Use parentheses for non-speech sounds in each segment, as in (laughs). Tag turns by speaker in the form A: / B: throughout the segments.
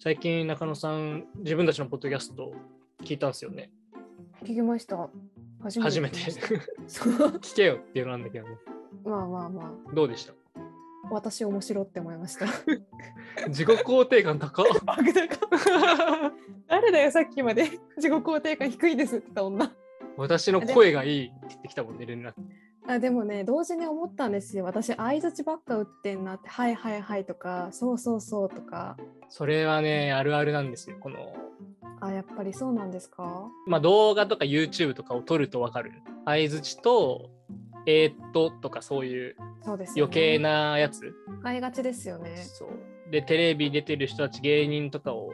A: 最近中野さん、自分たちのポッドキャスト聞いたんですよね。
B: 聞きました。初
A: 初め
B: め
A: て (laughs)
B: て。
A: 聞
B: そう。
A: けよっていうのなんだけどね。
B: まあまあま
A: どうでした
B: あ。私面白って思いま
A: (laughs)
B: した。
A: 自己肯定感高っ
B: 誰だよ、さっきまで。自己肯定感低いですって言った女。
A: 私の声がいいって言ってきたもんね、連絡。
B: あでもね、同時に思ったんですよ。私、相づちばっか打ってんなって、はいはいはいとか、そうそうそうとか。
A: それはね、あるあるなんですよ。この、
B: あ、やっぱりそうなんですか
A: まあ、動画とか YouTube とかを撮るとわかる。相づちと、えー、っととかそういう
B: そうですよ、
A: 余
B: ね。
A: 計。なやつ。
B: 使いがちですよね。
A: そうでテレビ出てる人たち芸人とかを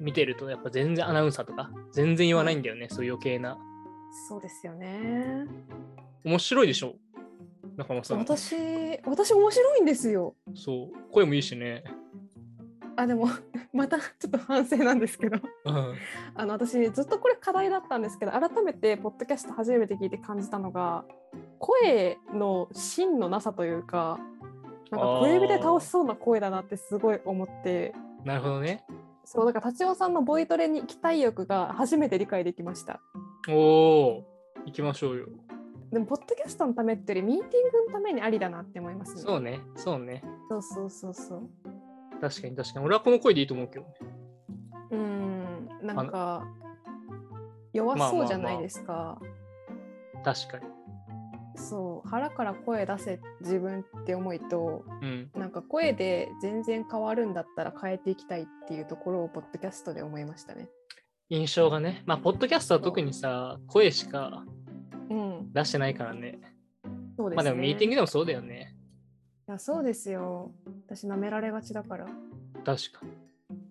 A: 見てるとやっぱ全然アナウンサーとか全然言わないんだよねそういう余計な
B: そうですよね。
A: 面白いでしょ中野さん
B: 私、私面白いんですよ。
A: そう声もいいしね、
B: あ、でも、 (laughs) またちょっと反省なんですけど。
A: うん、
B: あの私ずっとこれ課題だったんですけど改めてポッドキャスト初めて聞いて感じたのが声の芯のなさというかなんか
A: あー
B: 小指で倒しそうな声だなってすごい思って
A: なるほどね
B: そうだから達夫さんのボイトレに期待欲が初めて理解できました
A: おお行きましょうよ
B: でもポッドキャストのためっていうよりミーティングのためにありだなって思いますね
A: そうねそうね
B: そうそうそうそう
A: 確かに確かに俺はこの声でいいと思うけどね
B: うーんなんか弱そうじゃないですか、
A: 確かに
B: そう腹から声出せ自分って思いと
A: うん
B: なんか声で全然変わるんだったら変えていきたいっていうところをポッドキャストで思いましたね。
A: 印象がねまあポッドキャストは特にさ声しか
B: うん、
A: 出してないからね
B: そうですね。
A: まあでもミーティン
B: グい
A: グでもそうだよね
B: やそうですよ。私舐められがちだ
A: (laughs)
B: から。
A: 確かに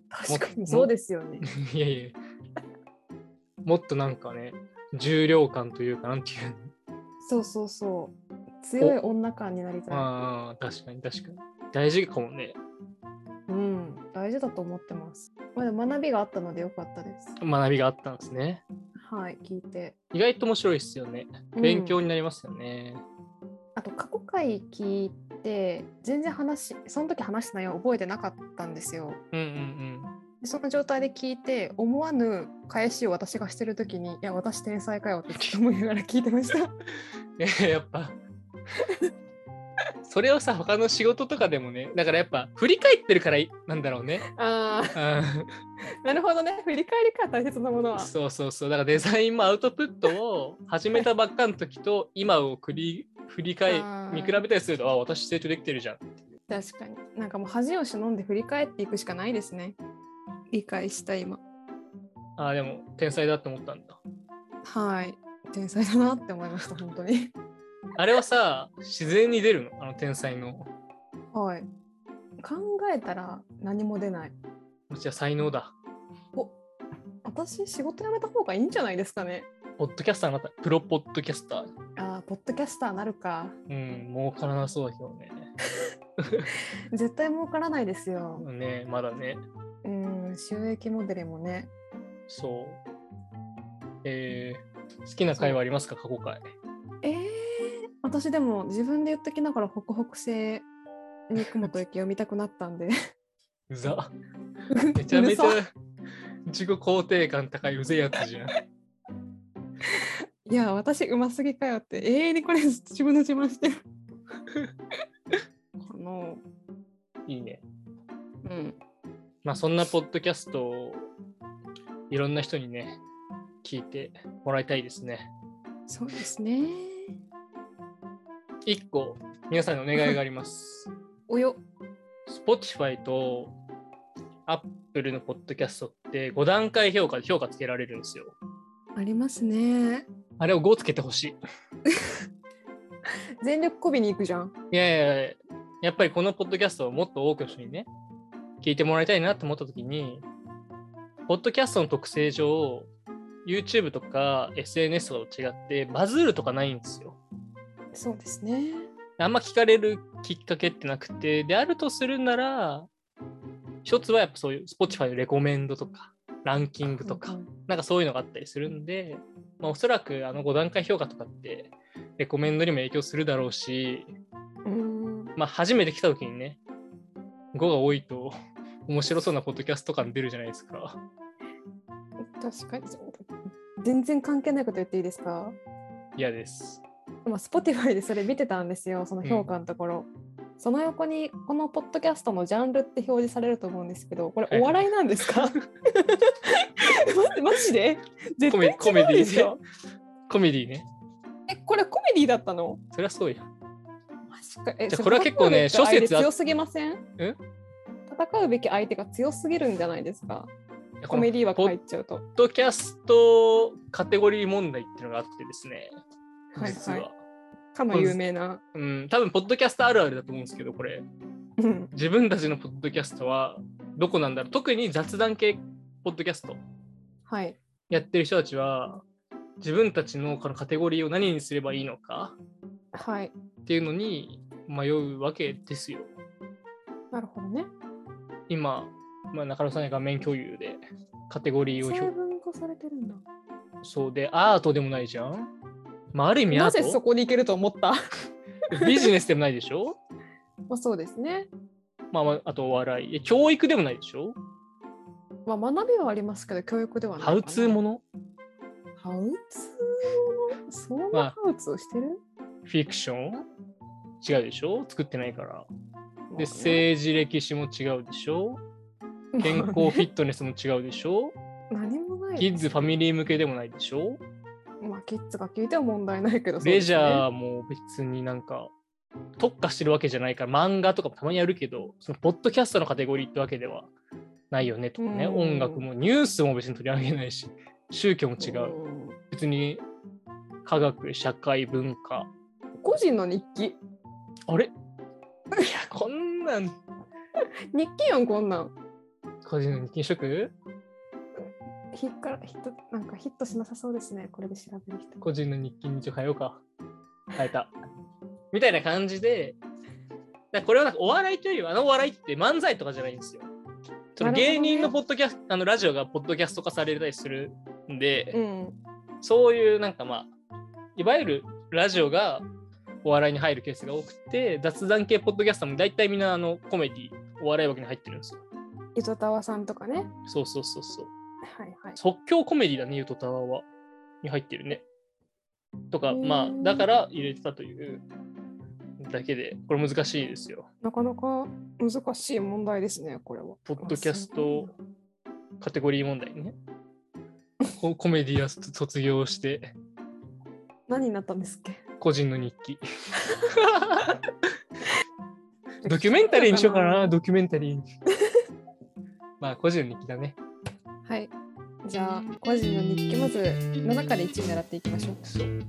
B: 確か
A: も
B: にそうですよね。
A: いやいや。もっとなんかね、重量感というか、なんていうの。
B: そうそうそう。強い女感になりた
A: ああ、確かに確かに。大事かもね。
B: い。うん、大事だと思ってます。まあ、でも学びがあったのでよかったです。
A: 学びがあったんですね。
B: はい、聞いて。
A: 意外と面白いですよね。
B: うん
A: 勉強になりますよね。
B: あと過去回聞いて全然話その時話した内容覚えてなかったんですよ。
A: うん、うん、
B: でその状態で聞いて思わぬ返しを私がしてる時に「いや私天才かよ」 (laughs) ってちょっと思いながら聞いてました
A: うん。え、 (laughs) やっぱ。それをさ、他の仕事とかでもね、だからやっぱ、振り返ってるからいなんだろうね。
B: あー
A: (laughs) う
B: なるほどね振り返りか大切なもの
A: ん、
B: は
A: そうそうそう。だからデザインもアウトプットを始めたばっかの時と、 (laughs) 今を繰り振り返
B: あー
A: 見比べたりすると、あ、私成長できてるじゃん。
B: 確かになんかもう恥を忍んで振り返っていくしかないですね理解した今
A: ああ、でも天才だって思ったんだ。
B: はい天才だなって思いました本当に
A: あれはさ、自然に出るのあの天才の。
B: はい考えたら何も出ない
A: じゃあ才能だ。
B: お私仕事辞めた方がいいんじゃないですかね
A: ポッドキャスターになった。プロポッドキャスター。
B: あーポッドキャスターなるか
A: うん、儲からなそうだけどね。
B: 絶対儲からないですよ
A: ねまだね。
B: うん収益モデルもね
A: そう。えー、好きな回はありますか過去回。
B: えー、私でも自分で言っときながらホクホク星に雲と雪読みたくなった (laughs) んで
A: う (laughs) ざ。めちゃめちゃ
B: うる
A: 自己肯定感高いうぜえやつじゃん。
B: いや私うますぎかよって永遠にこれ自分の自慢 (laughs) してるこの
A: (laughs) いいね。
B: うん
A: まあそんなポッドキャストをいろんな人にね、聞いてもらいたいですね。
B: そうですね
A: 一個、皆さんにお願いがあります。 (laughs)
B: およ
A: Spotify と Apple のポッドキャストって5段階評価で評価つけられるんですよ。
B: ありますね
A: あれを5つけてほしい。
B: 全力こびに行くじゃん
A: いやいやいや、やっぱりこのポッドキャストをもっと多くの人にね、聞いてもらいたいなって思った時に、ポッドキャストの特性上、YouTube とか SNS とかと違って、バズるとかないんですよ。
B: そうですね
A: あんま聞かれるきっかけってなくて、であるとするなら、一つはやっぱそういう Spotify のレコメンドとか、ランキングとか、なんかそういうのがあったりするんで、まあ、おそらくあの5段階評価とかって、レコメンドにも影響するだろうし、
B: うん
A: まあ、初めて来た時にね、5が多いと (laughs) 面白そうなポッドキャスト感出るじゃないですか。
B: 確かに全然関係ないこと言っていいですか
A: 嫌です。
B: 今 Spotify でそれ見てたんですよその評価のところ、その横にこのポッドキャストのジャンルって表示されると思うんですけどこれ
A: はい
B: お笑いなんです
A: (laughs)
B: か待ってマジで
A: コ
B: 絶
A: メ
B: 対
A: コメ
B: 違う
A: デ
B: で
A: ィ
B: すよ
A: ね。コメディね。
B: えこれコメディだったの
A: そりゃそうや。
B: マジかえ
A: じゃあ
B: そ
A: これは結構ね
B: 戦うべ
A: 諸説
B: き相手
A: あっ
B: 強すぎません
A: え
B: 戦うべき相手が強すぎるんじゃないですかコメ
A: ディ
B: ディ枠入っちゃうと
A: ポッドキャストカテゴリー問題っていうのがあってですね。
B: はい
A: 実は。
B: はいかの有名な
A: うん、多分ポッドキャストあるあるだと思うんですけど、これ。
B: うん
A: 自分たちのポッドキャストはどこなんだろう特に雑談系ポッドキャスト
B: はい
A: やってる人たちは自分たちのこのカテゴリーを何にすればいいのか
B: はい
A: っていうのに迷うわけですよ。
B: なるほどね
A: 今、まあ、中野さんが画面共有でカテゴリーを
B: 成
A: 表
B: 分化されてるんだ
A: そうでアートでもないじゃん。まあ、ある意味ア
B: なぜ
A: ー
B: そ
A: ト
B: こに行けると思った
A: (laughs) ビジネスでもないでしょ、
B: まあそうですね
A: まあまあ、あとお笑いえ教育でもないでしょ
B: まあ学びはありますけど教育ではない
A: ハウツーもの
B: ハウツーものそん
A: まあ
B: なハウツーしてる、
A: フィクション違うでしょ作ってないから。
B: まあ
A: で
B: ね
A: 政治歴史も違うでしょ健康フィットネスも違うでしょ
B: (laughs) 何もない
A: キッズファミリー向けでもないでしょ
B: まあキッズが聞いても問題ないけど
A: レジ
B: ー
A: ャーも別になんか特化してるわけじゃないから漫画とかもたまにやるけどそのポッドキャストのカテゴリーってわけではないよねとかね
B: うん
A: 音楽もニュースも別に取り上げないし宗教も違う別に科学社会文化
B: 個人の日記
A: あれいやこんなん
B: 日記やんこんなん
A: 個人の日記色
B: ヒッからヒットなんかヒットしなさそうですねこれで調べる人
A: 個人の日記にちょ変えようか。変えた。みたいな感じで、だからこれはなんかお笑いというよりは、あのお笑いって漫才とかじゃないんですよ。その
B: なるほどね
A: 芸人のポッドキャスト、あのラジオがポッドキャスト化されたりするんで、
B: ん
A: そういうなんかまあ、いわゆるラジオがお笑いに入るケースが多くて、雑談系ポッドキャストも大体みんなあのコメディ、お笑い枠に入ってるんですよ。
B: 糸タワさんとかね
A: そうそうそうそう。
B: はいはい
A: 即興コメディだね、ユートタワーは。に入ってるね。とか、
B: へー
A: まあ、だから入れてたというだけで、これ難しいですよ。
B: なかなか難しい問題ですねこれは
A: ポッドキャストカテゴリー問題
B: (laughs)
A: ね。ココメディアス卒業して、
B: 何になったんですっけ (laughs)
A: 個人の日記。ドキュメンタリーにしようか
B: (laughs)
A: な、ドキュメンタリーに。まあ、個人の日記だね。
B: はいじゃあ個人の日記まずの中で1位狙っていきましょう
A: そう。